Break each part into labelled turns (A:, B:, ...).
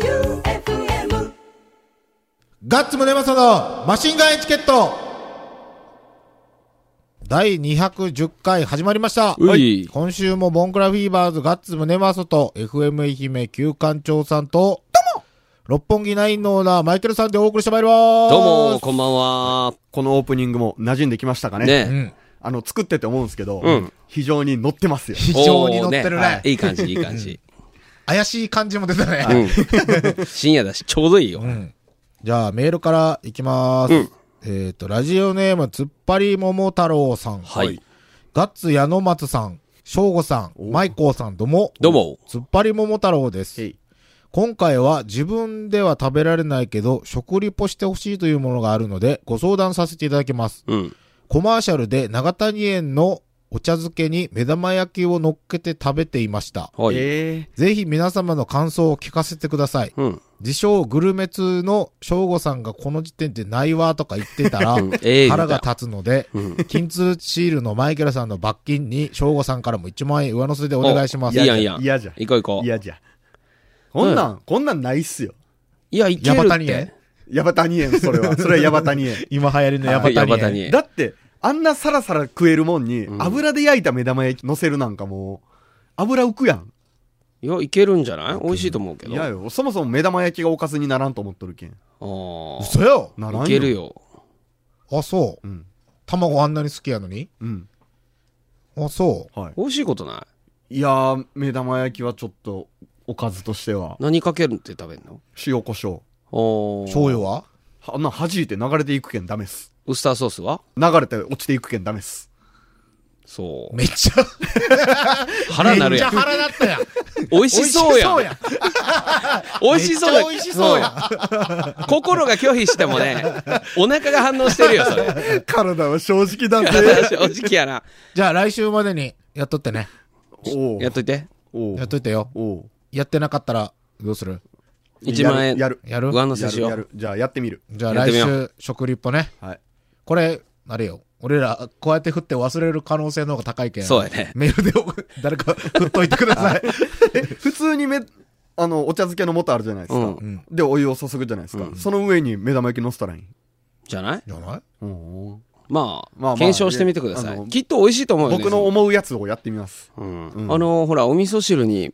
A: J-O-E-U-F-M
B: ガッツムネマソのマシンガンエチケット第210回始まりました。
C: うい
B: 今週もボンクラフィーバーズガッツムネマソと FM 愛媛旧館長さんと、六本木ナインのオーナーマイケルさんでお送りしてまいります。
C: どうも、こんばんは。
D: このオープニングも馴染んできましたかね。
B: う
C: ね。
B: ん。
D: あの、作ってて思うんですけど、
C: うん
D: 非常に乗ってますよ。
B: 非常に乗ってる
C: お
B: ね。
C: ーいい感じ、いい感 じ。
B: 怪しい感じも出た
C: う
B: ね。
C: ん。深夜だし、ちょうどいいよ
B: う。ん。じゃあメールからいきます。
C: うん
B: えっと、ラジオネームつっぱり桃太郎さん。
C: はい。
B: ガッツ矢野松さん、翔吾さん、マイコーさん、どうも。
C: どうも。
B: つっぱり桃太郎です。
D: い。
B: 今回は自分では食べられないけど、食リポしてほしいというものがあるので、ご相談させていただきます。
C: うん。
B: コマーシャルで長谷園のお茶漬けに目玉焼きを乗っけて食べていました。
C: はい。
D: え
B: ぜひ皆様の感想を聞かせてください。
C: うん。
B: 自称グルメ通の翔吾さんがこの時点でないわとか言ってたら、
C: うんええ
B: 腹が立つので、
C: うん
B: 金通シールのマイケルさんの罰金に、翔吾さんからも1万円上乗せでお願いします。
C: いいやん、いい
D: ー
C: やん。
D: 嫌じゃん。
C: 行こう行こう。
D: 嫌じゃん。こんなん、こんなんないっすよ。
C: いや、行ける
B: 山
C: っ
B: 谷
C: て
B: 園。
D: ヤバタニエン、それは。それはヤバタ ニエ
B: 今流行りのヤバ
C: ヤ
B: タ
C: バ
B: ニ
C: タ
B: 園。
C: ニ
D: ン。
C: 園
D: だって、あんなサラサラ食えるもんに、
C: うん
D: 油で焼いた目玉焼き乗せるなんかもう、油浮くやん。
C: いや、行けるんじゃない美味しいと思うけ
D: い
C: ど。
D: や
C: あ
D: よ。そもそも目玉焼きがおかずにならんと思っとるけん。
C: あ。
B: 嘘よ
D: ならんよ。
C: 行ける。よ。
B: あ、そう。
D: うん。
B: 卵あんなに好きやのに
D: うん。
B: あ、そう。
D: は
C: 美味しいことない
D: い。いやー、目玉焼きはちょっと、おかずとしては、
C: 何かけるって食べんの
D: 塩胡椒。
C: おー
B: 醤油は
D: あんな弾いて流れていくけんダメっす。
C: ウスターソースは
D: 流れて落ちていくけんダメっす。
C: そ う。
B: めっちゃ、
C: 腹な
B: め
C: る
B: っち
C: や
B: ゃ
C: ん。
B: 腹なったやん。
C: 美味しそうやん。
B: ん。
C: 美味しそうやん
B: めっちゃ美味しそうやん
C: うん心が拒否してもね、お腹が反応してるよ、それ。
D: 体は正直だぜ。
C: 正直やな。
B: じゃあ来週までにやっとってね。
D: おう
C: やっといて。
D: おう
B: やっといてよ。
D: おう
B: やってなかったら、どうする
C: 1万円。
D: やる。
B: やる
C: 上乗
D: や
C: せし
D: る
C: よ
D: や
C: う。
D: る。じゃあやってみる。
B: じゃあ
C: やっ
B: 来
C: てみよう
B: 週、食リポね。
D: はい。
B: これ、あれよ。俺ら、こうやって振って忘れる可能性の方が高いけん。
C: そうやね
B: メールで送、誰か振っといてください。
D: え、普通にめ、あの、お茶漬けの素あるじゃないですか。
C: うん
B: うん
D: で、お湯を注ぐじゃないですか。その上に目玉焼き乗せたらいい。
C: じゃない
B: じゃない
D: おう
C: まあ、
D: まあまあ
C: 検証してみてくださ
D: あ
C: い。
D: の
C: きっと美味しいと思うよ、ね。
D: 僕の思うやつをやってみます。
C: うん、
D: うん
C: あの、ほら、お味噌汁に、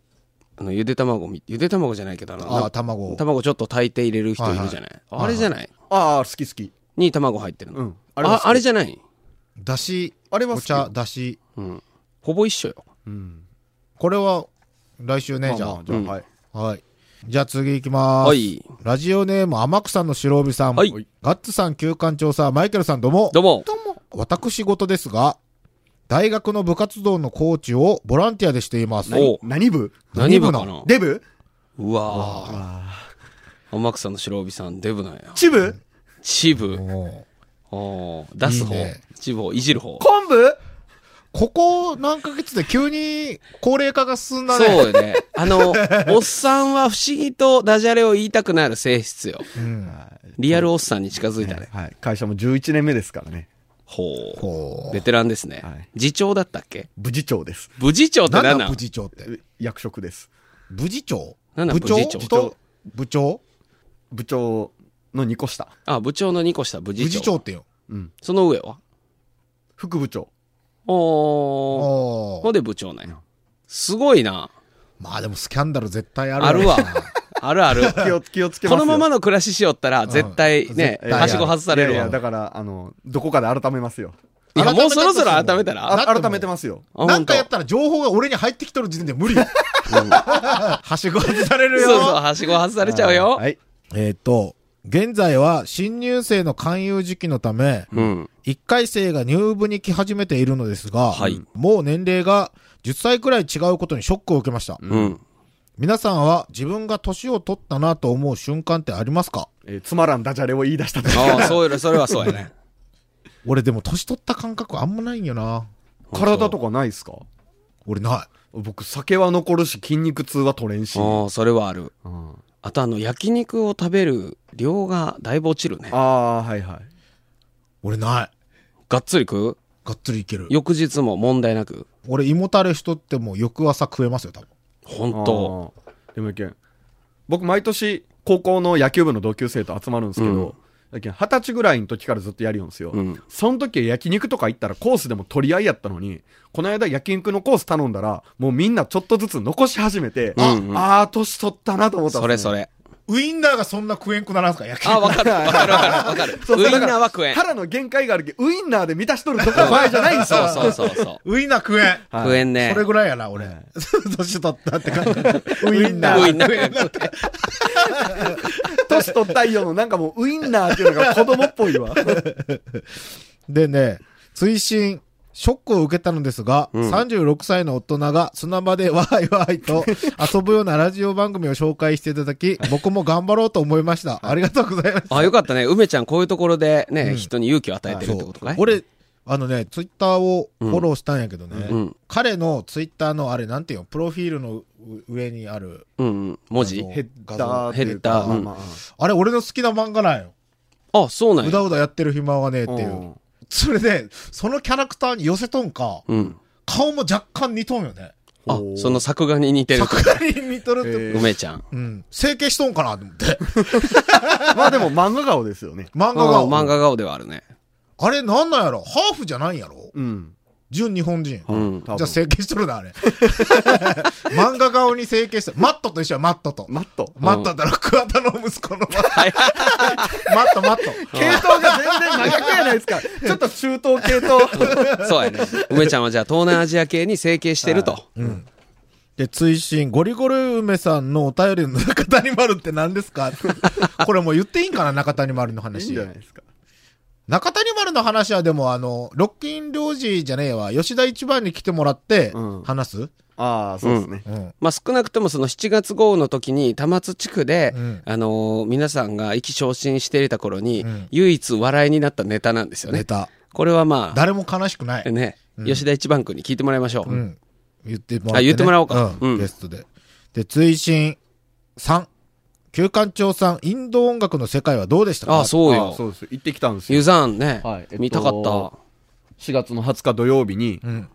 C: あの、ゆで卵み、ゆで卵じゃないけど、あの
B: あ、卵を。
C: 卵ちょっと炊いて入れる人いるじゃない。
B: はいはい
C: あれじゃない
D: ああ、好き好き。
C: に卵入ってるの。
D: うん。
C: あ
D: あ
C: れ
D: れは好き
C: あれじゃない
B: だし、
D: あれは
B: お
D: 好き
B: 茶、だし。
C: うん。ほぼ一緒よ。
D: うん。
B: これは、来週ね、
D: まあ
B: じゃ
D: まあじゃあ、
C: うん
D: はい。
B: あ。はい。じゃあ次行きます。
C: はい。
B: ラジオネーム、天草の白帯さん。
C: はい
B: ガッツさん、旧館長さん、マイケルさん、どうも。
C: どうも。
B: 私事ですが、大学の部活動のコーチをボランティアでしています。
C: おう
D: 何部
C: 何部かな
D: デブ
C: うわぁ。天草の白帯さん、デブなんや。
D: チブ
C: チブ。
B: おう
C: おー出す方
B: いいね。
C: チブをいじる方。
D: 昆布
B: ここ何ヶ月で急に高齢化が進んだね。
C: そうよね。あの、 おっさんは不思議とダジャレを言いたくなる性質よ。
B: うん。
C: リアルおっさんに近づいたね。
D: はい。会社も11年目ですからね。
C: ほ
B: ほ
C: う。ベテランですね
D: はい。
C: 次長だったっけ
D: 部次長です。
C: 部次長って
B: なんだ
C: 何な
B: 部
C: の
B: 次長って。
D: 役職です。
B: 部次長
C: なんだ
B: 部長
C: 部次長
B: と部長
D: 部長の2個下。
C: あ、部長の2個下、部
B: 部
C: 次
B: 次
C: 長
B: 長。ってよ。
D: うん。
C: その上は
D: 副部長。
C: おー。
B: お
C: ほんで部長なんや。すごいな。
B: まあでもスキャンダル絶対ある
C: あるわ。 あるある。
D: 気を、気をつけます
C: この
D: よ
C: ままの暮らししよったら、絶対ね、
B: 絶対ある
C: はしご外される
D: いやい
C: わ
D: や、。だから、あの、どこかで改めますよ。
C: いや、
B: 改めて
C: もうそろそろ改めたら
B: だっ
D: あ
B: てもう
D: 改めてますよ。
C: あ
B: なんか
C: ほ
B: や
C: ん
B: っ
C: と
B: たら情報が俺に入ってきとる時点で無理よ。 はしご外されるよ。
C: そうそう、はしご外されちゃうよ。
D: はい。
B: えっ、と、現在は新入生の勧誘時期のため、
C: うん。
B: 1回生が入部に来始めているのですが、
C: はい
B: もう年齢が10歳くらい違うことにショックを受けました。
C: うん。
B: 皆さんは自分が年を取ったなと思う瞬間ってありますか
D: えーつまらんダジャレを言い出した時
C: ああ、そうより、それはそうやね。
B: 俺でも年取った感覚あんまないんよな。
D: 体とかないですか
B: 俺な
D: 僕、酒は残るし、筋肉痛は取れんし。
C: ああ、それはある。
D: うん
C: あとあの、焼肉を食べる量がだいぶ落ちるね。
D: あー、はいはい。
B: い。俺ない。
C: がっつり食う
B: がっつりいける。
C: 翌日も問題なく。
B: 俺胃もたれしとっても翌朝食えますよ、多分。
C: ほんと。
D: 山県僕毎年高校の野球部の同級生と集まるんですけど、やけん二十歳ぐらいの時からずっとやるんですよ、
C: うん
D: その時焼肉とか行ったらコースでも取り合いやったのにこの間焼肉のコース頼んだらもうみんなちょっとずつ残し始めて、
C: うんうん
D: ああー年取ったなと思ったん
C: そ
D: で
C: れ
D: す
C: それ。
B: ウインナーがそんな食えんくならんすか焼き
C: あ、わかる。わかるわかるわかる。
D: そう
C: ウイン
D: だから
C: ナーは食えん。
D: 腹の限界があるけどウインナーで満たしとるとこの場合じゃないんですよ
C: そうそうそうそう。
B: ウインナー食えん。
D: はい
C: 食えんね
B: そ。れぐらいやな、俺。 年取ったって感じ。ウインナー。
C: ウインナー
B: ウインナー。
D: 年取ったよのなんかもうウインナーっていうのが子供っぽ いわ
B: でね、追伸、ショックを受けたのですが、
C: うん
B: 36歳の大人が砂場でわーいわーいと 遊ぶようなラジオ番組を紹介していただき、僕も頑張ろうと思いました。ありがとうございます。
C: あ、よかったね。梅ちゃん、こういうところでね、人に勇気を与えてる
B: そ
C: っ
B: う
C: てことかい
B: 俺、あのね、ツイッターをフォローしたんやけどね、
C: うん
B: 彼のツイッターのあれ、なんていうの、プロフィールの上にある、
C: うんうん。文字
B: あの
D: ヘッダーっていう
C: ヘッダ
D: か
C: ー
D: まあ
C: うん
D: まあ
B: あれ、俺の好きな漫画なんよ。
C: あ、そうなん
B: うだ
C: や。
B: うだやってる暇はねえっていう。
D: うん
B: それで、そのキャラクターに寄せとんか、
C: うん。
B: 顔も若干似とんよね。
C: あ
D: お、ー
C: その作画に似てる。
B: 作画に似とるって、
D: えー
C: 梅ちゃん。
B: うん。整形しとんかなと思って。
D: まあでも漫画顔ですよね
B: 漫
C: 漫
B: 画
C: 画
B: が。
C: 漫画顔ではあるね。
B: あれなんなんやろハーフじゃないんやろ
D: うん
B: 純日本人。
C: うん。
D: 多分
B: じゃあ整形しとるな、あれ。 漫画顔に整形して、マットと一緒や、マットと。
D: マット
B: マットだろ、桑田の息子のマット。マット、マット。
D: 系統が全然真逆やないですか。ちょっと中東系統。
C: そうやね。梅ちゃんはじゃあ東南アジア系に整形してると。
B: で、追伸ゴリゴリ梅さんのお便りの中谷丸って何ですかこれもう言っていいんかな、中谷丸の話。
D: いいんじゃないですか。
B: 中谷丸の話はでもあの、ロッキン領事じゃねえわ、吉田一番に来てもらって
D: うん、
B: 話す、
D: ああ、そうですね。
B: うん、
C: まあ少なくともその7月豪雨の時に多摩津地区で、
B: うん
C: あのー皆さんが意気昇進していた頃に、
B: うん
C: 唯一笑いになったネタなんですよ
B: ネ
C: ね。
B: タ。
C: これはま
B: 誰も悲しくな
C: あ、
B: い。
C: ね、吉田一番君に聞いてもらいましょう。
B: うん。言ってもらって、ね。
C: あ言ってもらおうか
B: ん
C: うん
B: ゲストで。で、追伸3。旧館長さん、インド音楽の世界はどうでしたか
C: ああ、そう
D: ああ
C: よ。
D: そうです。行ってきたんです
C: ユ
D: よ。
C: ザーンね、
D: はいえっと
C: 見たかった。
D: 4月の20日土曜日に、
B: うん。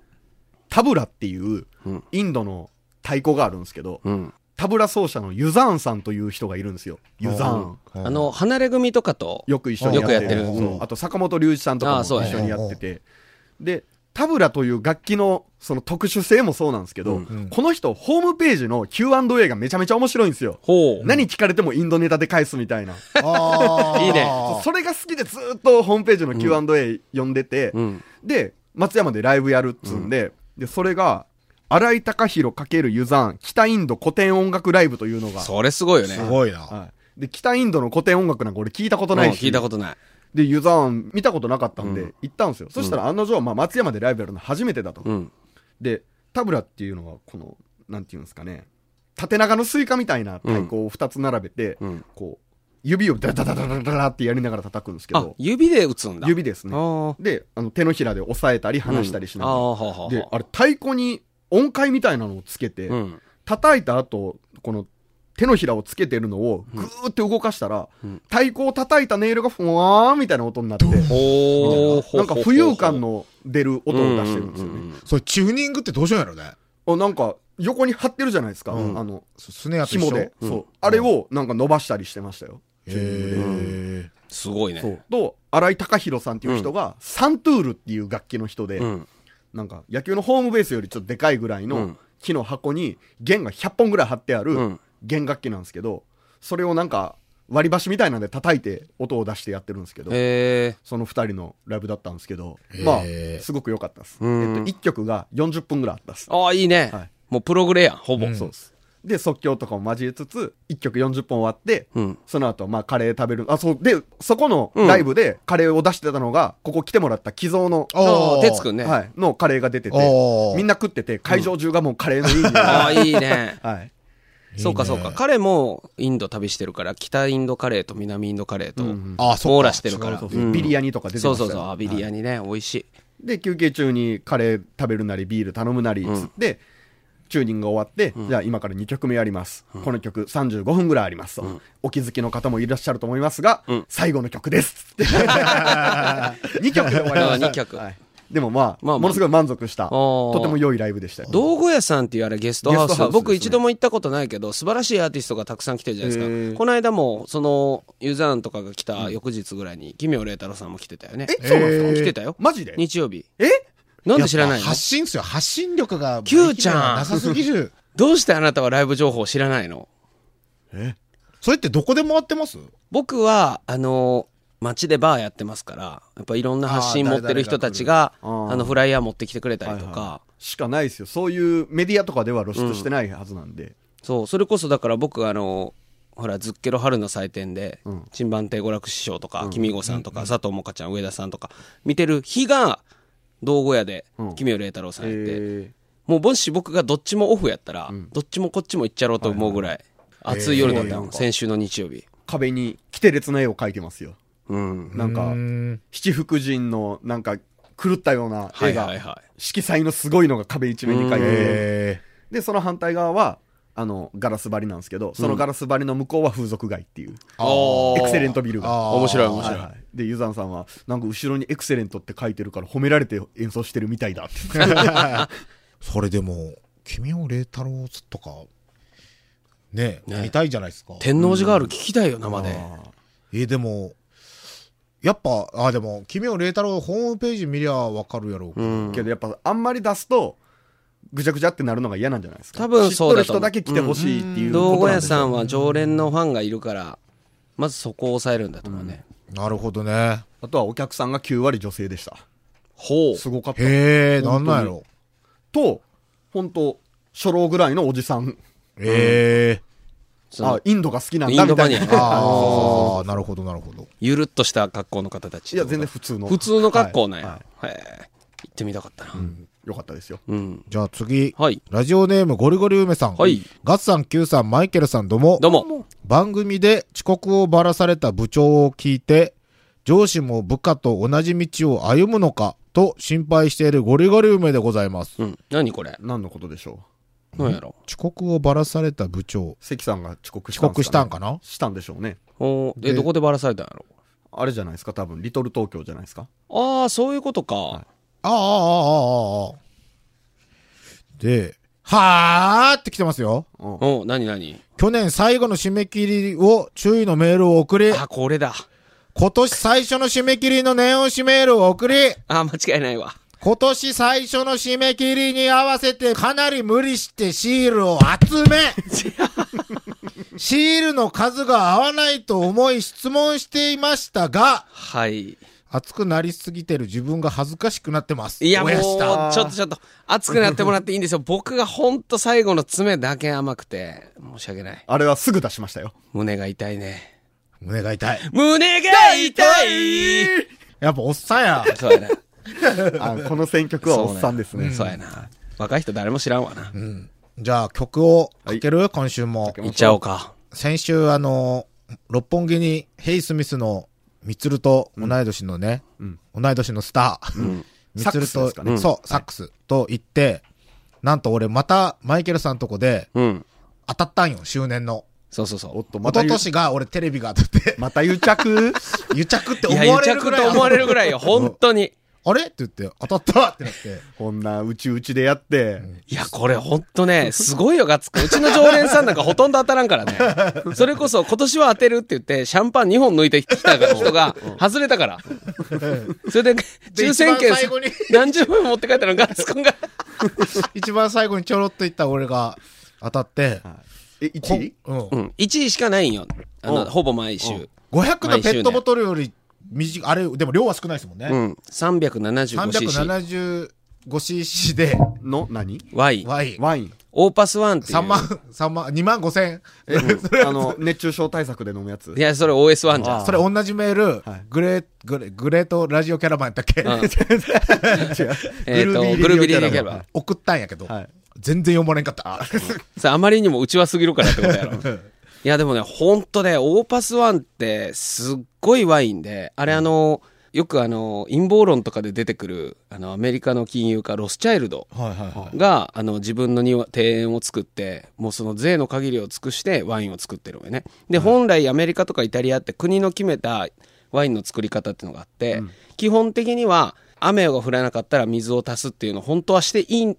D: タブラっていう
C: うん、
D: インドの太鼓があるんですけど、
C: うん。
D: タブラ奏者のユザーンさんという人がいるんですよ。ユザーン。
B: うん
C: あ、の、離れ組とかと、
D: よく一緒にやって
C: よ
D: る。
C: くやってる
D: そうあと、坂本龍一さんとか
C: あ
D: も
C: あ
D: 一
C: そうやね
D: 緒にやってて。で、タブラという楽器のその特殊性もそうなんですけど、
C: うん
B: うん
D: この人、ホームページの Q&A がめちゃめちゃ面白いんですよ。
C: ほう。
D: 何聞かれてもインドネタで返すみたいな。
B: あー
C: いいね
D: そうそれが好きでずーっとホームページの Q&A 読んでて、
C: うん。
D: で、松山でライブやるっつうんで、で、それが、荒井貴弘×ユザン、北インド古典音楽ライブというのが、
C: それすごいよね。
B: すごいな。
D: はい。で、北インドの古典音楽なんか俺聞いたこと
C: うん
D: ないし、
C: 聞いたことない。
D: で、ユザン見たことなかったんで、
C: うん
D: 行ったんですよ。そしたら案の定、まあ、松山でライブやるの初めてだと。
C: うん。
D: で、タブラっていうのは、この、なんていうんですかね、縦長のスイカみたいな太鼓を2つ並べて、
C: うん。
D: こう、指をダダダダダダダってやりながら叩くんですけ
C: あ
D: ど、、
C: 指で打つんだ。
D: 指ですね。
C: あ
D: で、あの手のひらで押さえたり
C: あ。
D: 離したりしな
C: うんあ
D: が
C: あ、はあは
D: ら。
C: あ。
D: で、あれ太鼓に音階みたいなのをつけて、
C: うん。
D: 叩いた後、この手のひらをつけてるのをぐーって動かしたら、
C: うん
D: 太鼓を叩いたネイルがふわーんみたいな音になって、
C: ほう。
D: なんか浮遊感の出る
C: ほう
D: 音
C: ほうほ
D: を
C: う
D: 出してるんですよ
C: ううう
D: ね。
C: う
B: それ、チューニングってどうしようやろね。
D: あなんか横に張ってるじゃないですか、
B: うん
D: あの、
B: そスネアと一緒
D: 紐で、
C: うん
D: そう。あれをなんか伸ばしたりしてましたよ。
B: へー
C: すごいね。
D: そう。と、荒井隆弘さんっていう人が、サントゥールっていう楽器の人で、
C: うん。
D: なんか野球のホームベースよりちょっとでかいぐらいうの
C: ん
D: 木の箱に弦が100本ぐらい貼ってあ
C: う
D: る
C: ん
D: 弦楽器なんですけど、それをなんか割り箸みたいなんで叩いて音を出してやってるんですけど、
C: え
D: その2人のライブだったんですけど、
B: へー
D: まあ、すごく良かったです。えっと、
C: うん
D: 1曲が40分ぐらいあったっす
C: ー。。ああ、いいね
D: はい。
C: もうプログレやん、ほぼ
B: う。ん
D: そうっす。で、即興とかも交えつつ、1曲40本終わって、
C: うん。
D: その後、まあ、カレー食べる。あ、そう。で、そこのライブでカレーを出してたのが、ここ来てもらった寄贈の、
C: あ
B: おー
C: あ、てつくんね。
D: はい、のカレーが出てて
B: おー、
D: みんな食ってて、会場中がもうカレーのいい匂いが。
C: ああ、いいね
D: はい。
C: そうかそうか。彼もインド旅してるから、北インドカレーと南インドカレーと、
D: うん
B: あ、そう。
C: 網羅してるから。
B: そうそう
C: うん
D: ビリヤニとか出てました
C: そ
D: よ
C: うそうそう。あビリヤニね、美味しい。
D: で、休憩中にカレー食べるなり、ビール頼むなり、つって、チューニングが終わって、じゃあ今から2曲目やります。この曲35分ぐらいありますと。お気づきの方もいらっしゃると思いますが、最後の曲です。つって。2曲で終わりました。
C: あー二曲
D: はいでもまあ、
C: まあまあ
D: ものすごい満足した、
C: あー
D: とても良いライブでしたよ。
C: 道具屋さんっていうあれゲストハウス
D: ゲストハウスですね
C: 僕一度も行ったことないけど素晴らしいアーティストがたくさん来てるじゃない
D: へ
C: です
D: ー
C: かこの間もそのユザーンとかが来た翌日ぐらいに奇妙麗太郎さんも来てたよね
D: え、そうなんですか
B: えー
C: 来てたよ
D: マジで
C: 日曜日
D: え
C: なんで知らな
B: やっ
C: いの
B: ぱ発信っすよ。発信力が。
C: Q ちゃん
B: なさすぎる。
C: どうしてあなたはライブ情報を知らないの
B: それってどこで回ってます
C: 僕はあの街でバーやってますからやっぱいろんな発信
B: あー
C: 持ってる人たちが
D: 誰々が来るあー
C: あのフライヤー持ってきてくれたりとか、
D: はいはいしかないですよ。そういうメディアとかでは露出してないはずなんで。
C: そうそれこそだから僕あのほらズッケロ春の祭典で
D: うん
C: 珍番亭娯楽師匠とか君吾さんとか佐藤萌歌ちゃん上田さんとか見てる日が道後屋で
D: うん
C: 君を麗太郎さんやって
D: え
C: もうもし僕がどっちもオフやったらどっちもこっちも行っちゃろうと思うぐらい暑い夜だった
D: え
C: の
D: ー
C: 先週の日曜日
D: ー壁に奇て列な絵を描いてますよ。
C: うん
D: なんか
B: うー、ん
D: 七福神のなんか狂ったような
C: は
D: 絵
C: いはい
D: が、
C: は
D: 色彩のすごいのが壁一面に描いてて、
B: え
D: で、その反対側は、あの、ガラス張りなんですけど、そのガラス張りの向こうは風俗街っていう、
B: ーあ
D: エクセレントビル
B: ー。
D: が。
B: あー
C: 面白い面
D: はいはいでユザンさんはなんか後ろに「エクセレント」って書いてるから褒められて演奏してるみたいだって
B: それでも、君を麗太郎とか、ね
C: ね
B: 見たいじゃないですか
C: い。天王寺ガール聞きたいよ生で
B: えーでも、やっぱ、あ、でも、君を麗太郎ホームページ見りゃわかるやろうけど
C: うん
D: けどやっぱあんまり出すとぐちゃぐちゃってなるのが嫌なんじゃないですか
C: 多分そうだ
D: 知っ
C: と
D: とる人
C: 思う
D: だけ来てほしいっていう
C: 道
D: こと
C: 後
D: なん
C: 屋
D: でしょう
C: さんは常連のファンがいるからまずそこを抑えるんだと思うね
B: なるほどね。
D: あとはお客さんが9割女性でした
C: ほう
D: すごかった
B: へえ、
D: 本当
B: な
D: に
B: んなんやろ。
D: と本当初老ぐらいのおじさん
B: ええ。
C: その
D: あインドが好きなん
C: イ
D: だ
C: ンド
D: みた
C: マ
D: い
C: ニ
D: な
C: ア
B: ああ、なるほど、なるほど。
C: ゆるっとした格好の方たち
D: いや全然普通の
C: 普通の格好なんや、
D: は
C: へえ行ってみたかったなうん、
D: いよかったですよ
B: じゃあ次。
C: はい
B: ラジオネームゴリゴリ梅さん。
C: はい
B: ガッツさん、キューさん、マイケルさん、どうも。
C: どうも
B: 番組で遅刻をばらされた部長を聞いて、上司も部下と同じ道を歩むのかと心配しているゴリゴリ梅でございます。
C: うん何これ
D: 何のことでしょう
C: 何やろ
B: 遅刻をばらされた部長。
D: 関さんが遅刻し
B: 遅
D: たん
B: 刻
D: ですかね
B: したんかな
D: したんでしょうね
C: おーえ
B: で
C: どこでバラされたんやろ
D: あれじゃないですか多分リトル東京じゃないですか
C: ああそういうことか、
B: ああ、ああ、ああ、ああ。で、はーって来てますよ。
D: うん
C: お何何
B: 去年最後の締め切りを注意のメールを送り、
C: あこれだ
B: 今年最初の締め切りの念押しメールを送り、
C: あー間違いないわ
B: 今年最初の締め切りに合わせてかなり無理してシールを集 めシールの数が合わないと思い質問していましたが、
C: はい
B: 熱くなりすぎてる自分が恥ずかしくなってます。
C: いやもう
B: 燃
C: ち
B: やした
C: ょっとちょっと熱くなってもらっていいんですよ 僕がほんと最後の爪だけ甘くて申し訳ない
D: あれはすぐ出しましたよ
C: 胸が痛いね
B: 胸が痛い。
C: 胸が痛い
B: やっぱおっさんや。
C: そうやな
D: あこの選曲はおっさんですね
C: そうやな。若い人誰も知らんわな。
B: じゃあ曲をかける、今週も。
C: 行っちゃおうか。
B: 先週あの、六本木にヘイスミスのミツルと同い年のね、
D: ん
B: 同い年のスター、 ミツル
D: サックスで
B: と
D: す、かね
B: そう、サックスと行って、なんと俺またマイケルさんとこで
C: うん。
B: 当たったんよ、周年の。
C: そうそうそ
D: おっ
C: う。
D: とま
B: 一昨
D: た言う
B: 年が俺テレビが当た って、
D: また癒着
B: 癒着って
C: い
B: 思
C: や、
B: わ
C: 癒
B: れるぐ
C: 着
B: らい。
C: と思われる ぐらいよ。本当に。
B: あれって言って、当たったってなって。
D: こんなうちうちでやって、
C: いや、これ本当ね、すごいよ、ガッツくん。うちの常連さんなんかほとんど当たらんからね。それこそ今年は当てるって言って、シャンパン2本抜いてきた人が外れたから。それで、抽選
B: 一
C: 券
B: 番最後に
C: 何十分持って帰ったの、ガッツくんが。
B: 一番最後にちょろっと行った俺が当た って、
D: え1位
B: こう。
C: うんん。1位しかないんよ。あ
D: う
C: の、
D: ん
C: ほぼ毎週。
B: 500のペットボトルより短い、あれ、でも量は少ないですもんね。
C: うん。375cc。
B: 375cc で、
D: の何
C: Y。
B: ワイン。
D: ワイン
C: オーパス1っていう。
B: 3万、3万、2万5千。
D: え、あの熱中症対策で飲むやつ
C: いや、それ OS1 じゃん。
B: それ同じメール
D: はい、
B: グレー、グレー、グレートラジオキャラバンやったっけ、
D: 違う
C: えーと
D: グルービーレディオ
C: グルービーレディオ
D: キ
C: キ
D: ャ
C: ャ
D: ラ
C: ラ
D: バ
C: バ
D: ン
C: ン
B: 送ったんやけど、
D: はい
B: 全然読まれんかった。
C: さあ、あまりにもうちはすぎるからってことやろ。いや、でもね、ほんとね、オーパスワンって、すっごいワインで、あれあの、よくあの、陰謀論とかで出てくる、あの、アメリカの金融家、ロスチャイルド
B: はいはいはい。
C: が、あの、自分の庭、庭園を作って、もうその税の限りを尽くしてワインを作ってるわよね。で、本来アメリカとかイタリアって国の決めたワインの作り方っていうのがあって、基本的には、雨が降らなかったら水を足すっていうの本当はしていい,、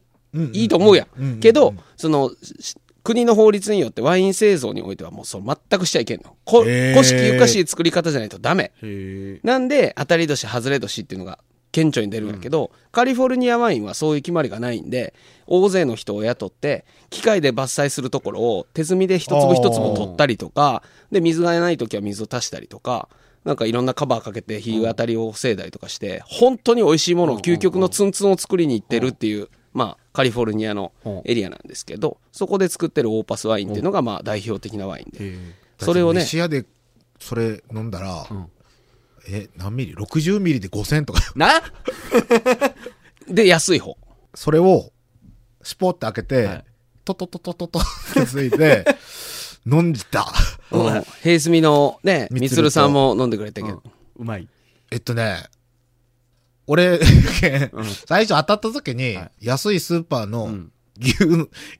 C: いいと思うやん,、
B: うんうんうん
C: けどそのし国の法律によってワイン製造においてはもうそれ全くしちゃいけんのこ
B: へー
C: 古式ゆかしい作り方じゃないとダメ
D: へえ
C: なんで当たり年外れ年っていうのが顕著に出るんやけど、カリフォルニアワインはそういう決まりがないんで大勢の人を雇って機械で伐採するところを手摘みで一粒一粒取ったりとかで水がない時は水を足したりとかなんかいろんなカバーかけて日当たりを防いだりとかして本当に美味しいものを究極のツンツンを作りに行ってるっていう。まあ、カリフォルニアのエリアなんですけどそこで作ってるオーパスワインっていうのがまあ代表的なワインでそれをね
B: 飯屋でそれ飲んだら、え、何ミリ ?60 ミリで5000とか。
D: な
C: で安い方
B: それを、スポッて開けて、トトトトトトってついて、 飲んじた。
C: うん平住のね、
B: み
C: み
B: つると
C: つるさんも飲んでくれたけど。
D: うまい
B: えっとね、俺、最初当たった時に、安いスーパーの牛、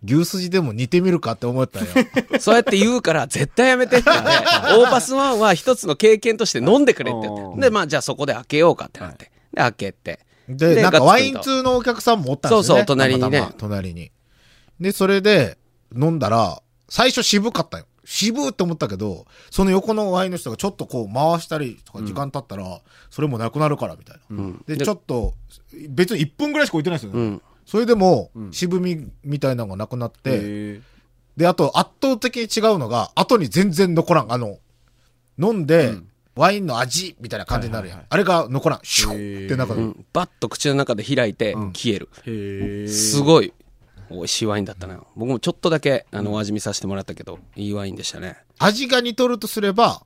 B: 牛すじでも似てみるかって思ったよ。
C: そうやって言うから、絶対やめてって 言って、オーパスワンは一つの経験として飲んでくれって言っ
D: う
C: て。
D: ん
C: で、まあじゃあそこで開けようかってなって。で、開けて。
B: で、
C: で
B: なんか
C: ガッ
B: ワ
C: ツく
B: イ
C: ん
B: ン
C: と
B: 通のお客さんもおったんですよね。
C: そうそう隣に
B: た
C: ね
B: またま隣に。で、それで、飲んだら、最初渋かったよ。渋って思ったけど、その横のワインの人がちょっとこう回したりとか時間経ったら、それもなくなるからみたいな。で、
C: で
B: ちょっと、別に1分ぐらいしか置いてないですよね。
C: うん。
B: それでも、渋みみたいなのがなくなって、
D: へえ
B: で、あと圧倒的に違うのが、後に全然残らん。あの、飲んで、ワインの味みたいな感じになるやん。
D: はい
B: あれが残らん。シュッってなんか、
C: うんバッと口の中で開いて、消える。
D: へえ
C: すごい。美味しいワインだったな。僕もちょっとだけ、あの、お味見させてもらったけど、いいワインでしたね。
B: 味が似とるとすれば、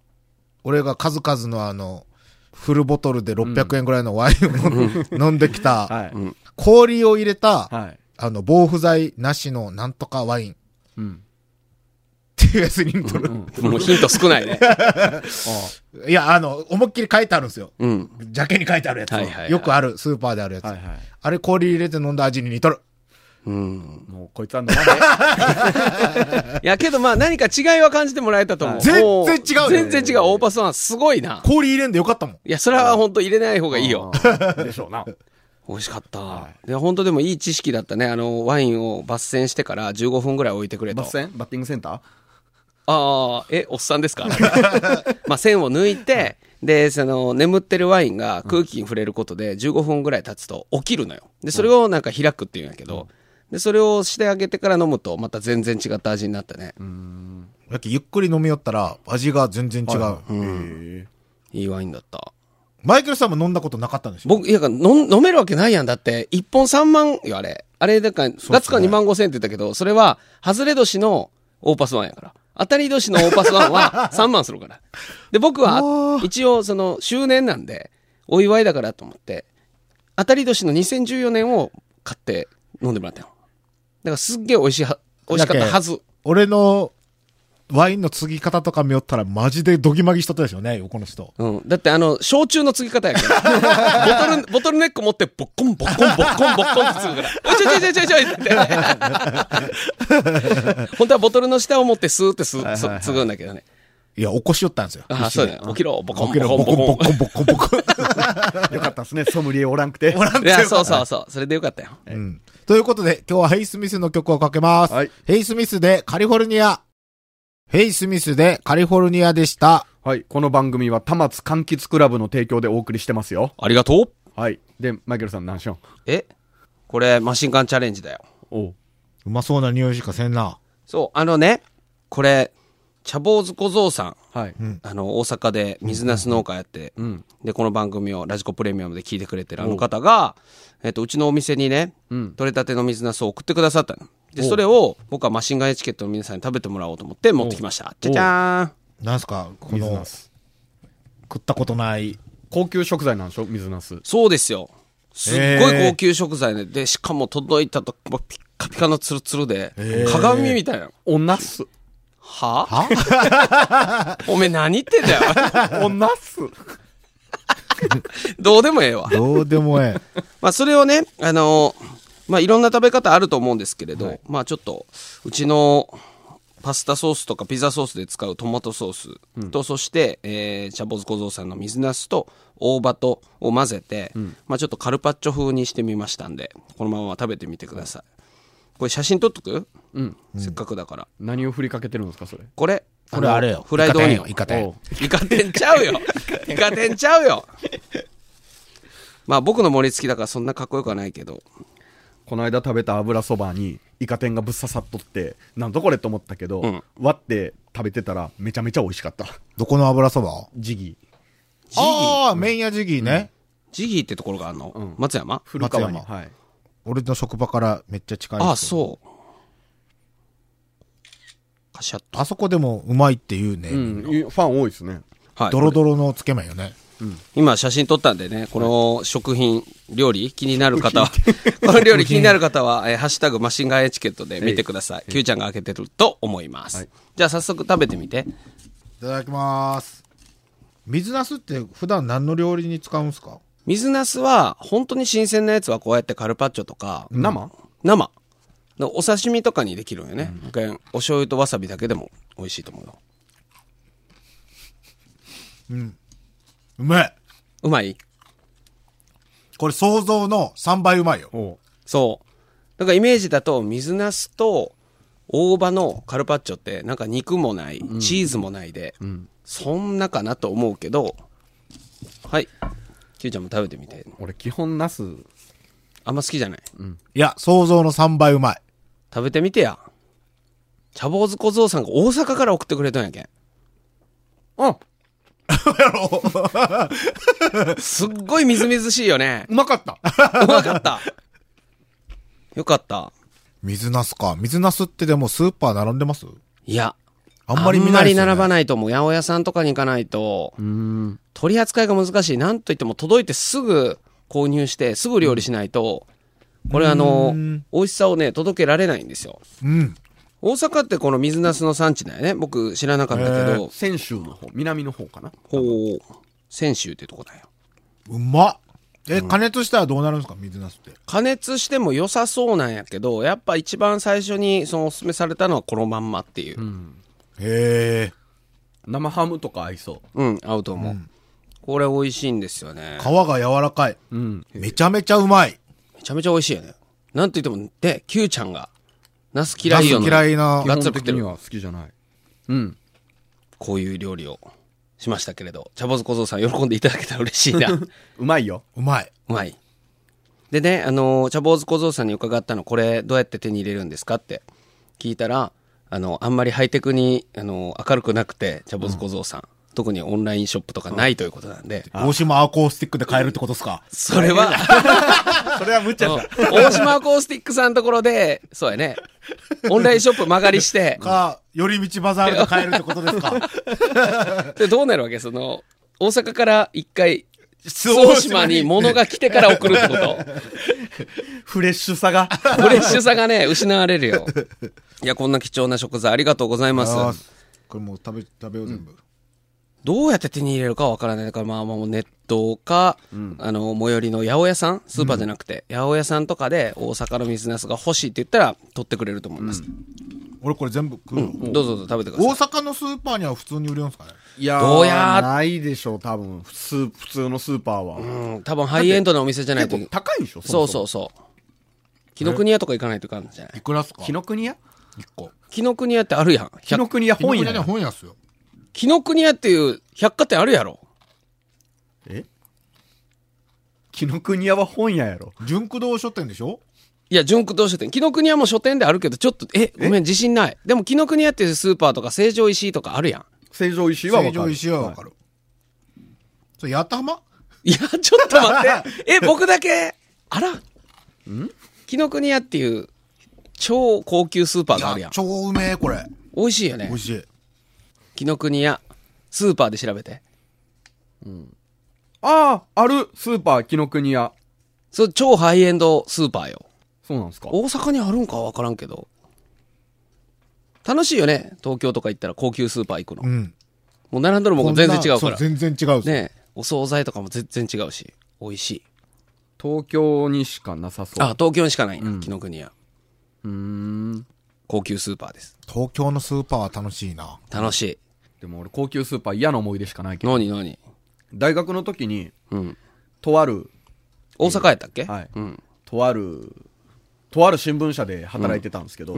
B: 俺が数々のあの、フルボトルで600円ぐらいのワインを飲んで飲んでき
D: は
B: た、
D: い
B: 氷を入れた、
D: はい
B: あの、防腐剤なしのなんとかワインっ
D: うん
B: ていうやつに似とる。
C: もうヒント少 ないね。
B: いや、あの、思いっきり書いてあるんですよ。
C: うん。
B: ジャケに書いてあるやつ。
C: はいはいはい
B: よくある、スーパーであるやつ。
D: はいはい
B: あれ氷入れて飲んだ味に似とる。
C: うん。
D: もうこいつは飲ま ない
C: いや、けどまあ何か違いは感じてもらえたと思う。
B: 全然
C: も
B: 違うよ
C: 全然違う。オーパスワン、すごいな。
B: 氷入れんでよかったもん。
C: いや、それは本当入れない方がいいよ。
D: でしょ うな
C: 美味しかった、で本当でもいい知識だったねあのワインを抜煎してから15分ぐらい置いてくれと
D: バッセンバッティングセンター
C: ああえおっさんですか まあ栓を抜いてでその眠ってるワインが空気に触れることで15分ぐらい経つと起きるのよでそれをなんか開くっていうんやけど、でそれをしてあげてから飲むとまた全然違った味になったね、
B: やっきゆっくり飲みよったら味が全然違う。
D: へ
C: いいワインだった
B: マイケルさんも飲んだことなかったんでしょ
C: 僕いや飲飲めるわけないやんだって1本3万よあれあれだから月間2万5千って言ったけどそれは外れ年のオーパスワンやから当たり年のオーパスワンは3万するからで僕は一応その周年なんでお祝いだからと思って当たり年の2014年を買って飲んでもらったよだからすっげえ美味しいは美味しかったはず
B: 俺のワインの継ぎ方とか見よったらマジでドギマギしとったでしょうね、横の人。
C: うん、だってあの焼酎の継ぎ方やからボトルボトルネック持ってボッコンボッコンボッコンボッコンって継ぐから「おいちょいちょいちょいちょい」って本当はボトルの下を持ってスーってすそ継ぐんだけどね
B: いや、起こしよったんですよ。
C: あそうだよ起きろボコ
B: ボ
C: ンボ
B: ケ
C: コ
B: ろ
C: ンボ
B: ボ
C: コ
B: コ
C: ン
B: ンボコンボコンボ コン。
D: えよかったですねソムリエおらんくておらん
C: いやそうそうそうそれでよかったよ
B: うんということで、今日はヘイスミスの曲をかけます。
D: はい
B: ヘイスミスでカリフォルニア。ヘイスミスでカリフォルニアでした。
D: はいこの番組は田松柑橘クラブの提供でお送りしてますよ
C: ありがとう
D: はいでマイケルさん何しよ
C: えこれマシンガンチャレンジだよ
D: うおう
B: うまそうな匂いしかせんな。
C: そうあのねこれ茶坊主小僧さん
D: はい
C: あの大阪で水なす農家やって、でこの番組をラジコプレミアムで聞いてくれてるあの方が、えっとうちのお店にね、取れたての水なすを送ってくださったのでそれを僕はマシンガンエチケットの皆さんに食べてもらおうと思って持ってきましたじゃじゃ
B: なんすか、こ
D: 水な
B: の、
D: す
B: 食ったことない。
D: 高級食材なんでしょ水なす
C: ーんそうですよすっごい高級食材で,、でしかも届いたともうピッカピカのツルツルで、鏡みたいな
D: おなす
C: は おめえ何言ってんだよ
D: おなす
C: どうでもええわ
B: どうでもえ え。
C: まあ、それをね、あのまあ、いろんな食べ方あると思うんですけれど、まあ、ちょっと、うちのパスタソースとかピザソースで使うトマトソースと、そして、えー、茶坊主小僧さんの水なすと大葉とを混ぜて、まあ、ちょっとカルパッチョ風にしてみましたんでこのまま食べてみてくださいこれ写真撮っとく、うん、せっかくだから
D: 何を振りかけてるんですかそれ
C: これ
B: これ
C: の
B: あれよ。
C: フライドオニオン
B: イカ天よイカ天
C: イカ天ちゃ うよイカ天ちゃうよまあ僕の盛り付きだからそんなかっこよくはないけど
D: この間食べた油そばにイカ天がぶっ刺さっとってなんだこれと思ったけど、
C: ん
D: 割って食べてたらめちゃめちゃ美味しかった
B: どこの油そば
D: ジギー
C: ギー
B: ああ、麺屋ジギーね。
C: ジギーってところがあるの、
D: ん
C: 松山
D: 古川に
B: 松
D: はい
B: 俺の職場からめっちゃ近い。
C: ああそうカシャッと
B: あそこでもうまいって言うね。
D: うん、ファン多いですね
C: はい
B: ドロドロのつけ麺よね。
C: 今写真撮ったんでねこの食品料理気になる方は この料理気になる方は「えーハッシュタグマシンガンエチケット」で見てください Q ちゃんが開けてると思います、
D: はい
C: じゃあ早速食べてみて
B: いただきます。水なすって普段何の料理に使うんすか
C: 水なすは本当に新鮮なやつはこうやってカルパッチョとか
D: 生
C: 生のお刺身とかにできるんよね、お醤油とわさびだけでも美味しいと思うよ
B: うめえ。
C: うまい
B: これ想像の3倍うまいよ。
D: おう
C: そうだからイメージだと水なすと大葉のカルパッチョってなんか肉もない、チーズもないで、そんなかなと思うけどはいキューちゃんも食べてみて
D: 俺基本ナス
C: あんま好きじゃない、
B: いや、想像の3倍うまい。
C: 食べてみてや茶坊主小僧さんが大阪から送ってくれたんやけん
D: あ
C: すっごいみずみずしいよね
D: うまかった
C: うまかったよかった
B: 水なすか。水なすってでもスーパー並んでます
C: いや
B: あんまり見ないですよね
C: 並ばないと思う。八百屋さんとかに行かないと、
D: うん
C: 取り扱いが難しい。なんといっても届いてすぐ購入して、すぐ料理しないと、これあの、美味しさをね、届けられないんですよ。
B: うん。
C: 大阪ってこの水なすの産地だよね。僕知らなかったけど、
D: 泉州の方南の方かな
C: ほう、泉州ってとこだよ。
B: うまっ。え、加熱したらどうなるんですか水なすって。
C: 加熱しても良さそうなんやけど、やっぱ一番最初にそのおすすめされたのはこのまんまっていう。
B: へえ。
D: 生ハムとか合いそ
C: うん、合うと思う。これ美味しいんですよね
B: 皮。が柔らかい。
D: ううん
B: めちゃめちゃうまい。
C: めちゃめちゃ美味しいよね。なんといっても、で、Q ちゃんが、ナス嫌いよ
B: ナス嫌いな
C: ガッツリ
D: 基本
C: 食っ
D: 的
C: て
D: に
C: る。
D: は好きじゃないうん
C: こういう料理をしましたけれど、茶坊主小僧さん喜んでいただけたら嬉しいな。う
D: うまいよ
B: うまい。
C: まい。でね、あのー茶坊主小僧さんに伺ったの、これどうやって手に入れるんですかって聞いたら、あの、あんまりハイテクに、あのー明るくなくて、茶坊主小僧さん、特にオンラインショップとかないということなんで、
B: 大島アコースティックで買えるってことですか
C: それは、
D: それは無茶
C: 大島アコースティックさんのところで、そうやね、オンラインショップ曲がり して、
B: か、寄り道バザールで買えるってことですか
C: でどうなるわけその大阪から一回大島に物が来てから送るって こ
D: フレッシュさが
C: とフレッシュさがね失われるよいやこんな貴重な食材ありがとうござい
B: あ
C: ま
B: ー
C: す
B: これもう食べ、食べよう全部。
C: どうやって手に入れるかわからないだからまあまあネットか、あの最寄りの八百屋さんスーパーじゃなくて、八百屋さんとかで大阪の水なすが欲しいって言ったら取ってくれると思います、
B: 俺これ全部食うよ
C: どうぞどうぞ食べてくだ
B: 大
C: さい
B: 阪のスーパーには普通に売れるんですかね
D: いやー
C: どうやー
D: ないでしょう多分普通普通のスーパーは、
C: うん多分ハイエンドのお店じゃない
D: 結
C: と
D: 構高いんでしょ
C: そうそううそう紀ノ国屋とか行かないといかんじゃない
B: いくらっすか
D: 紀ノ国屋
B: 一個。
C: 紀ノ国屋ってあるやん
D: 紀ノ国屋本
B: 本
D: 屋
B: 屋には本屋っすよ。
C: 紀ノ国屋っていう百貨店あるやろ。
D: え紀ノ国屋は本屋やろ
B: 純駆動書店でしょ
C: いや、純駆動書店。紀ノ国屋も書店であるけど、ちょっと、え、ごめん、自信ない。でも、紀ノ国屋っていうスーパーとか、成城石井とかあるやん。
D: 成城石井は分
B: 成
D: か
B: 城
D: る
B: 石井はわかる。それ、八幡浜
C: いや、ちょっと待 って。え、僕だけ、あら。ん紀ノ国屋っていう、超高級スーパーがある
B: い
C: や
B: や
C: ん。
B: 超うめえ、これ。
C: 美味しいよ
B: 美
C: ね
B: 味。しい。
C: 紀ノ国屋、スーパーで調べて。
D: あああるスーパー紀ノ国屋
C: そう、超ハイエンドスーパーよ。
D: そうなんですか
C: 大阪にあるんかはわからんけど。楽しいよね。東京とか行ったら高級スーパー行くの。
B: うん。
C: もう並んどるもんが全然違う
B: こ
C: か
B: んな
C: ら。
B: そう全然違うっす。
C: ねえお惣菜とかも全然違うし、美味しい。
D: 東京にしかなさそう
C: あ、東京にしかないな、紀ノ国屋。
D: うーん
C: 高級スーパーです。
B: 東京のスーパーは楽しいな。
C: 楽しい。
D: でも俺高級スーパー嫌な思い出しかないけど
C: 何何
D: 大学の時に
C: うん。
D: とある
C: 大阪やったっけ、
D: はい
C: うん。
D: とあるとある新聞社で働いてたんですけど、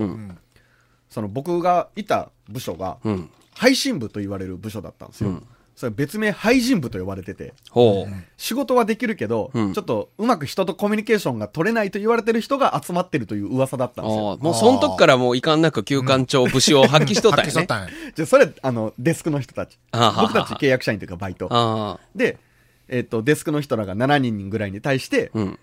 D: その僕がいた部署が、
C: うん。
D: 配信部と言われる部署だったんですよ、それ別名配信部と呼ばれてて
C: ほう。
D: 仕事はできるけど、
C: うん
D: ちょっとうまく人とコミュニケーションが取れないと言われてる人が集まってるという噂だったんですよ
C: ああもうその時からもういかんなく休館長武士を発揮しとったん
B: 発揮
C: や
B: しとった
C: ね。
B: んや。
D: じゃあそれあのデスクの人たち
C: あはは
D: 僕たち契約社員というかバイト
C: ああ。
D: で、えっとデスクの人らが7人ぐらいに対して、
C: うん。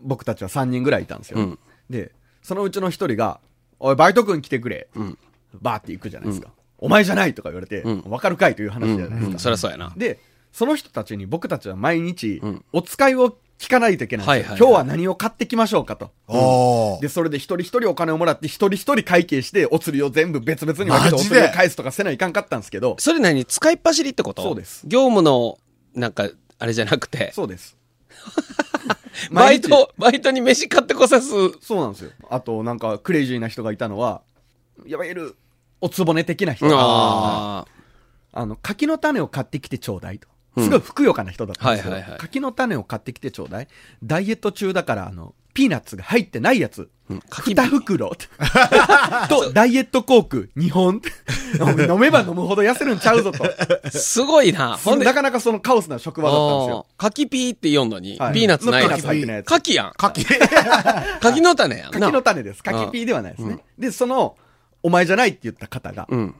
D: 僕たちは3人ぐらいいたんですよ、
C: うん
D: でそのうちの1人が「おいバイト君来てくれ」
C: ん
D: バーって行くじゃないですか、お前じゃない!」とか言われて「わ、
C: ん
D: かるかい!」という話じゃないですか、
C: うん。そりゃそうやな。
D: で、その人たちに僕たちは毎日
C: ん、
D: お使いを聞かないといけないんで
C: は
D: すよ。
C: いはいはい
D: 今日は何を買ってきましょうかと。
B: お
D: で、
B: ー。
D: それで一人一人お金をもらって、一人一人会計して、お釣りを全部別々に分けて、お
B: マジ
D: 釣
B: で
D: りを返すとかせないかんかったんですけど、
C: それ何使いっ走りってこと
D: そうです
C: 業務の、なんか、あれじゃなくて、
D: そうです。
C: バ
D: 毎
C: イ
D: 日
C: ト、バイトに飯買ってこさす。
D: そうなんですよ。あと、なんか、クレイジーな人がいたのは、いわゆる、おつぼね的な人。
C: ああ。
D: あの、柿の種を買ってきてちょうだいと。すごいふくよかな人だったんですけど、
C: はいはいはい
D: 柿の種を買ってきてちょうだい。ダイエット中だから、あの、ピーナッツが入ってないやつ。
C: 柿
D: 二 袋と、ダイエットコーク2本。飲めば飲むほど痩せるんちゃうぞと。
C: すごい な。ほんで、
D: なかなかそのカオスな職場だったんですよ。
C: カキピーって読んのに、
D: はい
C: ピーナッツない
D: の
C: やつ
D: ピーナッツ。入ってないやつ
C: カキやん。
B: かき。
C: カキの種やんな。
D: 柿の種です。柿ピーではないですね。で、その、お前じゃないって言った方が、
C: うん。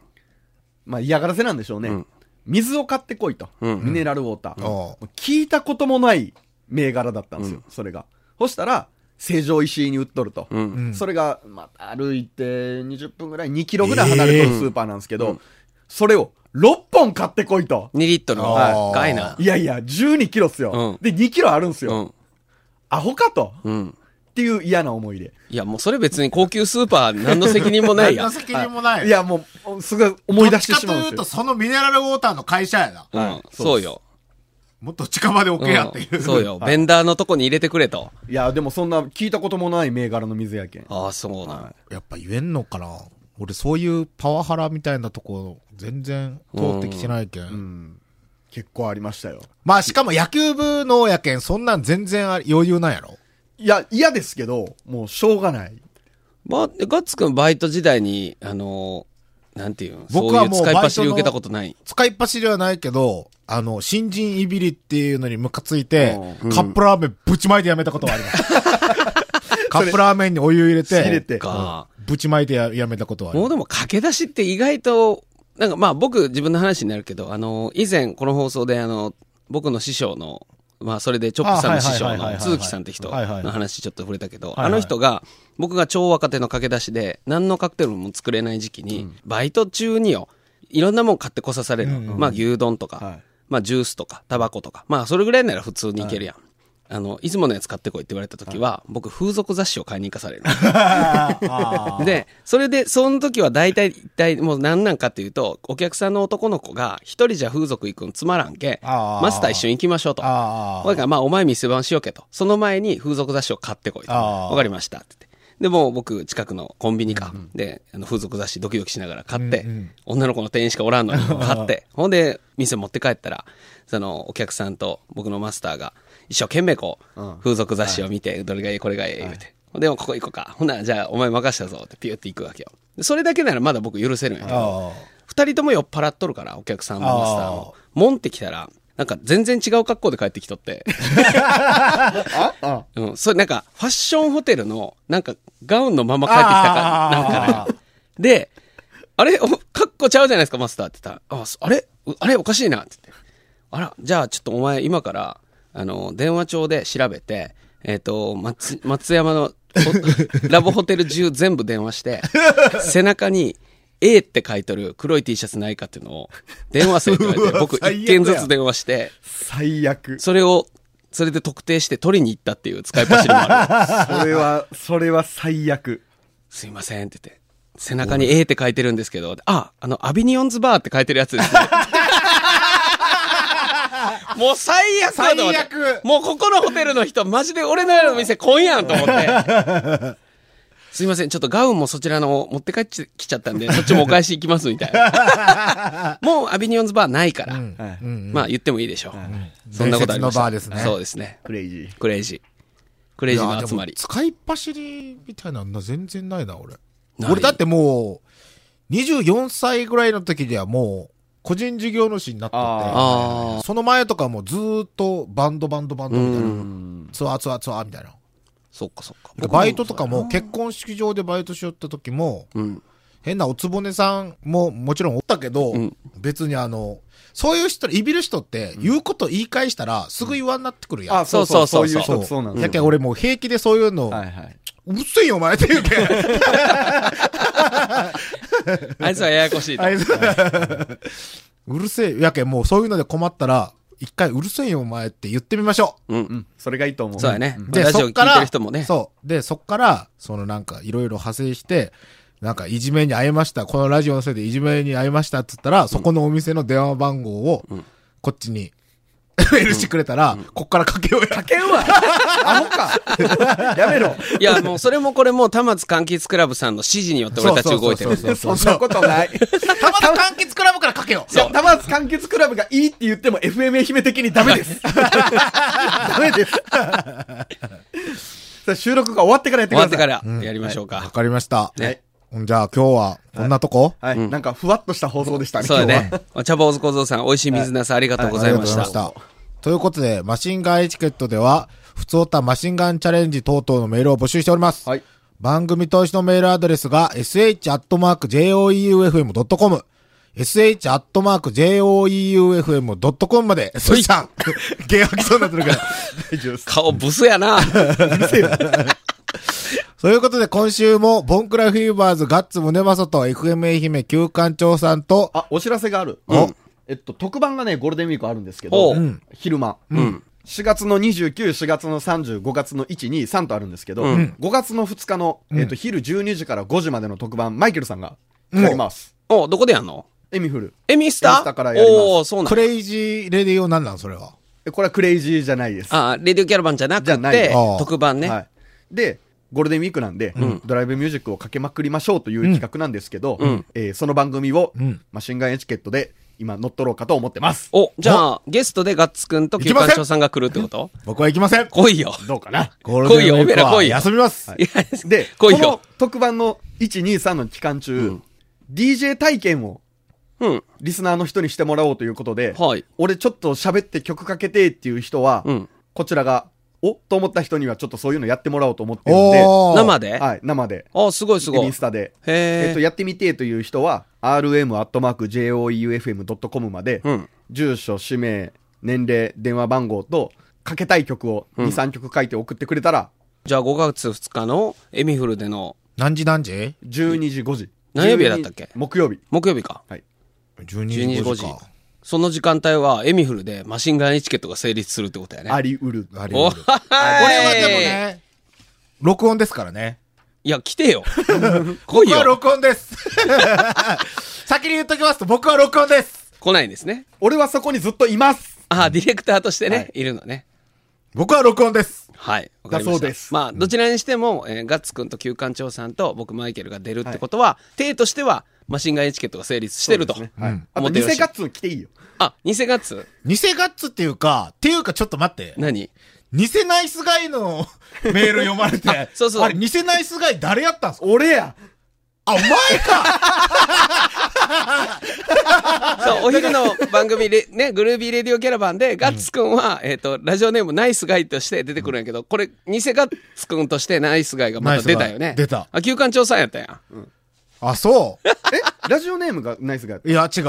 D: まあ嫌がらせなんでしょうね。
C: ん
D: 水を買ってこいと。
C: うん
D: ミネラルウォーター。
B: おー
D: 聞いたこともない銘柄だったんですよ、
C: うん
D: それが。そしたら、成城石井に売っとると。
C: うん。
B: うん
D: それが、まあ、歩いて20分ぐらい、2キロぐらい離れとるスーパーなんですけど、それを6本買ってこいと。
C: 2リットルの、
B: はい
C: かいな。
D: いやいや、12キロっすよ。
C: うん
D: で、2キロあるんす
C: う
D: よ。
C: ん。
D: アホかと。っ
C: うん。
D: ていう嫌な思い出。
C: いや、もうそれ別に高級スーパー何の責任もな
B: 何
C: いや
B: の
C: ん。
B: 責任もない。
D: い、や、もう、すごい思い出してしまうん
B: どっちかとい
D: で
B: うと、。
D: すよ
B: そのミネラルウォーターの会社やな。
C: う
D: は
C: ん
D: い。
C: そうよ。
B: もっと近場で置けやっていうう。
C: んそうよ。ベンダーのとこに入れてくれと。
D: いや、でもそんな聞いたこともない銘柄の水やけん。
C: ああ、そうなん
D: は。
B: やっぱ言えんのかな俺そういうパワハラみたいなとこ全然通ってきてないけん。
D: うん。結構ありましたよ。
B: まあしかも野球部のやけん、そんなん全然あり余裕なんやろ
D: いや、嫌ですけど、もうしょうがない。
C: まあ、ガッツくんバイト時代に、あの、なんていうん、
B: 僕
C: そう
B: は
C: いう
B: もう
C: 使いっ走
B: バイ
C: り
B: トの
C: 受けたことない。
B: 使いっ走りはないけど、あの、新人いびりっていうのにムカついて、
C: うん
B: カップラーメンぶちまいてやめたことはあります。カップラーメンにお湯入れて、
D: 入れて。
C: か。
B: ぶちまいてややめたことはありま
C: も
B: す。
C: うでも駆け出しって意外と、なんかまあ僕自分の話になるけど、あの、以前この放送であの、僕の師匠の、まあそれでチョップさんの師匠
B: あはいはいはいはい
C: の
B: はい
C: 鈴木さんって人
B: はいはい
C: の話ちょっと触れたけど、
B: いはい
C: あの人が僕が超若手の駆け出しで何のカクテルも作れない時期に、バイト中によ、いろんなもん買ってこさされるの。まあ牛丼とか、
D: はい
C: まあジュースとか、タバコとか、まあそれぐらいなら普通にいけるやん。あの、いつものやつ買ってこいって言われた時は、僕風俗雑誌を買いに行かされる。で、それで、その時は大体、一体もう何なんかっていうと、お客さんの男の子が、一人じゃ風俗行くんつまらんけ、
B: あー
C: マスター一緒に行きましょうと。だ
B: ああ。
C: からまあ、お前店番しようけと。その前に風俗雑誌を買ってこいと。
B: あー
C: わかりました。って言って。で、もう僕、近くのコンビニか。で、あの風俗雑誌ドキドキしながら買って、
B: うんうん
C: 女の子の店員しかおらん のに買って、ほんで、店持って帰ったら、その、お客さんと僕のマスターが、一生懸命こう、
D: うん
C: 風俗雑誌を見て、どれがいい、これがいい、言うて。ほんで、ここ行こうか。ほな、じゃあ、お前任したぞって、ピュって行くわけよ。でそれだけならまだ僕許せるんやけ
B: あ
C: ど、二人とも酔っ払っとるから、お客さんもマスターも。もんってきたら、なんか全然違う格好で帰ってきとって。 うん、それなんか、ファッションホテルの、なんか、ガウンのまま帰ってきた
B: あ
C: か
B: ー
C: ら、なんかね。で、あれ、 お格好ちゃうじゃないですか、マスターって言ったら、あ、そあれうあれおかしいなって言って。あら、じゃあちょっとお前今から、あの、電話帳で調べて、えっ、と、松、松山のお ラブホテル中全部電話 して、背中に A って書いとる黒い T シャツないかっていうのを電話せって言われ
B: う
C: て、
B: わ
C: 僕
B: 最悪や
C: 一件ずつ電話して、
D: 最悪。
C: それを、それで特定して取りに行ったっていう使い走りもあ る。
D: それは、 それは最悪。
C: すいませんって言って。背中に A って書いてるんですけど、あ、あの、アビニオンズバーって書いてるやつですね。もう最悪だと思って
B: 最悪
C: もうここのホテルの人、マジで俺のやる店来んやんと思って。すいません、ちょっとガウンもそちらの持って帰ってきちゃったんで、そっちもお返し行きますみたいな。もうアビニオンズバーないから、
D: はい
C: まあ言ってもいいでしょう。そんなことありました。そうですね。
D: クレイジー
C: クレイジー。クレイジーの集ま
B: いやでも
C: り。
B: 使いっ走りみたいなの全然ないな、俺。
C: ない
B: 俺だってもう、24歳ぐらいの時ではもう、個人事業主になって
C: あ
B: て、その前とかもずーっとバンドバンドバンドみたいな。ツアーツアーツアーみたいな。
C: あ、そっかそっか。
B: でバイトとかも結婚式場でバイトしよった時も、
C: うん。
B: 変なおつぼねさんももちろんおったけど、
C: うん
B: 別にあの、そういう人、いびる人って言うこと言い返したらすぐ言わんなってくるやん。
D: あそう
C: そ
D: そうう
C: そ
D: そう
B: そう。
C: そ
D: ういうう人そうなんです
B: やけん俺もう平気でそういうの、
D: はいはいう
B: っせえよお前って言うけん。
C: あいつはややこしいと。
B: あいつうるせえ。やけんもうそういうので困ったら、一回うるせえよお前って言ってみましょう。
C: うん。
D: うんそれがいいと思う
C: そうだね。
B: で、
C: ラジ
B: そ
C: オ
B: っ
C: 聞
B: か
C: いてる
B: ら、
C: 人もね。
B: そう。で、そっから、そのなんかいろいろ派生して、なんかいじめに会いました。このラジオのせいでいじめに会いましたって言ったら、そこのお店の電話番号を、こっちに、 メールしてくれたら、こっからかけようや。かけよう
D: アホか やめろ
C: いや、もうそれもこれも、田松柑橘クラブさんの指示によって俺たち動いてるんですよ。
B: そ
D: そう
B: そうん
D: なこと ない
B: たまたま柑橘クラブからかけよう
D: いやたまつ柑橘クラブがいいって言っても FMA 姫的にダメです ダメ ですそれ収録が終わってからやって
C: 終
D: くだ
C: わ
D: さ
C: って
D: い
C: からやりましょう
B: わ
C: か。
B: かりました。
D: ね
B: ほんじゃあ今日は、こんなとこ
D: はい、なんかふわっとした放送でしたね
C: そうだ
D: 今日は
C: ね。お茶坊主小僧さん、美味しい水なすありがとうございまし
B: ありがと
C: た
B: う。ございました。ということで、マシンガンエチケットでは、普通たマシンガンチャレンジ等々のメールを募集しております。
D: はい
B: 番組投資のメールアドレスが sh.joeufm.com sh.joeufm.com まで、 そいさん、ゲー吐きそうになってるから。
D: 大丈夫です
C: 顔ブスやな。
B: ということで、今週も、ボンクラフィーバーズガッツムネマソと FMA 姫旧館長さんと、
D: あお知らせがある、えっと特番がねゴールデンウィークあるんですけ
C: お
D: ど、
C: ううん
D: 昼間、4月の294月の305月の123とあるんですけど、5月の2日の、えっと昼12時から5時までの特番マイケルさんがやります、
C: お、どこでやんの
D: エミフル
C: エミスタ
D: エミスタからやります
C: おーそうなん
B: クレイジーレディオなんなんそれは。
D: えこれはクレイジーじゃないです
C: あ、レディオキャラバンじゃなく
D: じゃない
C: て
B: あー、
C: 特番ね。
D: はい、でゴールデンウィークなんで、ドライブミュージックをかけまくりましょうという企画なんですけど、えーその番組を、
B: ん
D: マシンガンエチケットで今乗っ取ろうかと思ってます
C: お、じゃあ、ゲストでガッツくんと旧館長さんが来るってこと
B: 僕は行きません。
C: 来いよ。
D: どうかな
B: ゴールデンウィーク
C: 来
B: はい
C: よ
B: 休みます。
C: いや、
D: で、
C: 来
D: こ
C: いよ
D: の。特番の123の期間中、DJ 体験を
C: うん。
D: リスナーの人にしてもらおうということで、
C: はい
D: 俺ちょっと喋って曲かけてっていう人は、
C: うん
D: こちらが、おと思った人にはちょっとそういうのやってもらおうと思ってるんで、
B: おー
C: 生で
D: はい、生で、
C: あ、すごいすご
D: イ
C: い
D: ンス。タで、
C: へー
D: えっと、やってみてという人は、rm.joeufm.com まで、
C: うん
D: 住所、氏名、年齢、電話番号と、かけたい曲を2、3曲書いて送ってくれたら、
C: じゃあ5月2日のエミフルでの
B: 何時何時
D: 12時5時。
C: 何曜日だったっけ
D: 12木曜日。
C: 木曜日か。
D: はい。
B: 12
C: 12時
B: 時
C: 5
B: 5
C: 時
B: 時か。。
C: その時間帯はエミフルでマシンガンエチケットが成立するってことやね。
D: ありうる。
B: あり
C: お
B: 得
C: は
B: る
C: い。
B: これはでも。ね、録音ですからね。
C: いや、来て よ。来い
B: 僕は
C: よ。
B: 録音です。 先に言っときますと、僕は録音です。
C: 来ないんですね。
D: 俺はそこにずっといます
C: あ、ディレクターとしてね、
D: はい
C: い、るのね。
B: 僕は録音です。
C: はい。わかりました。
D: だそうです
C: まあ、どちらにしても、えーガッツくんと旧館長さんと僕、マイケルが出るってことは、体としては、マシンガンエチケットが成立してると。
D: そうですねはいあ
C: 思
D: と、
C: って
D: 偽
C: よろしい
D: ガッツン来ていいよ。
C: あ、偽ガッツ
B: 偽ガッツっていうか、っていうかちょっと待って。
C: 何
B: 偽ナイスガイのメール読ま れて。
C: そうそう
B: あれ、偽ナイスガイ誰やったんすか
D: 俺や
B: あ、お前 か
C: そう、お昼の番組で、ね、グルービーレディオキャラバンで、ガッツくんは、えっ、と、ラジオネームナイスガイとして出てくるんやけど、これ、偽ガッツくんとしてナイスガイがまた出た
B: ナイ。ス
C: よね
B: ガイ出た
C: あ、旧館長さんやったやん。
B: あ、そう。
D: え ラジオネームがナイスガイ
B: いや、違う。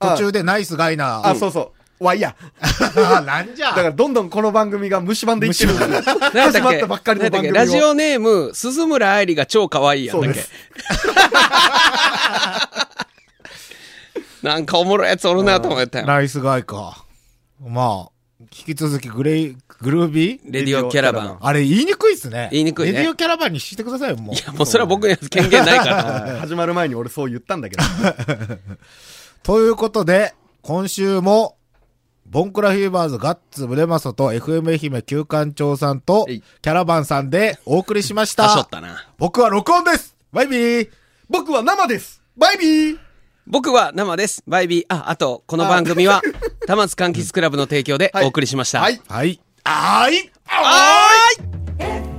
B: 途中でナイスガイな。
D: あ、そうそう。わいや。
B: あ、 なんじゃ。
D: だから、どんどんこの番組が虫歯でいってるんだよ。
C: 何やっ
D: 始まったばっかりの番組を
C: 何やったっけラジオネーム、鈴村愛理が超可愛いやんだっけ
D: そう。
C: なんかおもろいやつおるなと思ったよ。
B: ナイスガイか。まあ、引き続きグレイ、グルービー
C: レディオキャラバン。
B: あれ言いにくいっすね。
C: 言いにくいね
B: レディオキャラバンにしてくださいよ、もう
C: い。や、もうそれは 僕には権限ない から。
D: はい始まる前に俺 そう言ったんだけど。
B: ということで、今週も、ボンクラフィーバーズガッツムレマソと FM 愛媛旧館長さんと
D: えい
B: キャラバンさんでお送りしまし。
C: はしょったたな。
B: 僕は録音ですバイビー
D: 僕は生ですバイビー
C: 僕は生です。バイビー。あ、あと、この番組は、玉津柑橘クラブの提供でお送りしました。
D: はい。
B: はい。あーい
A: ーい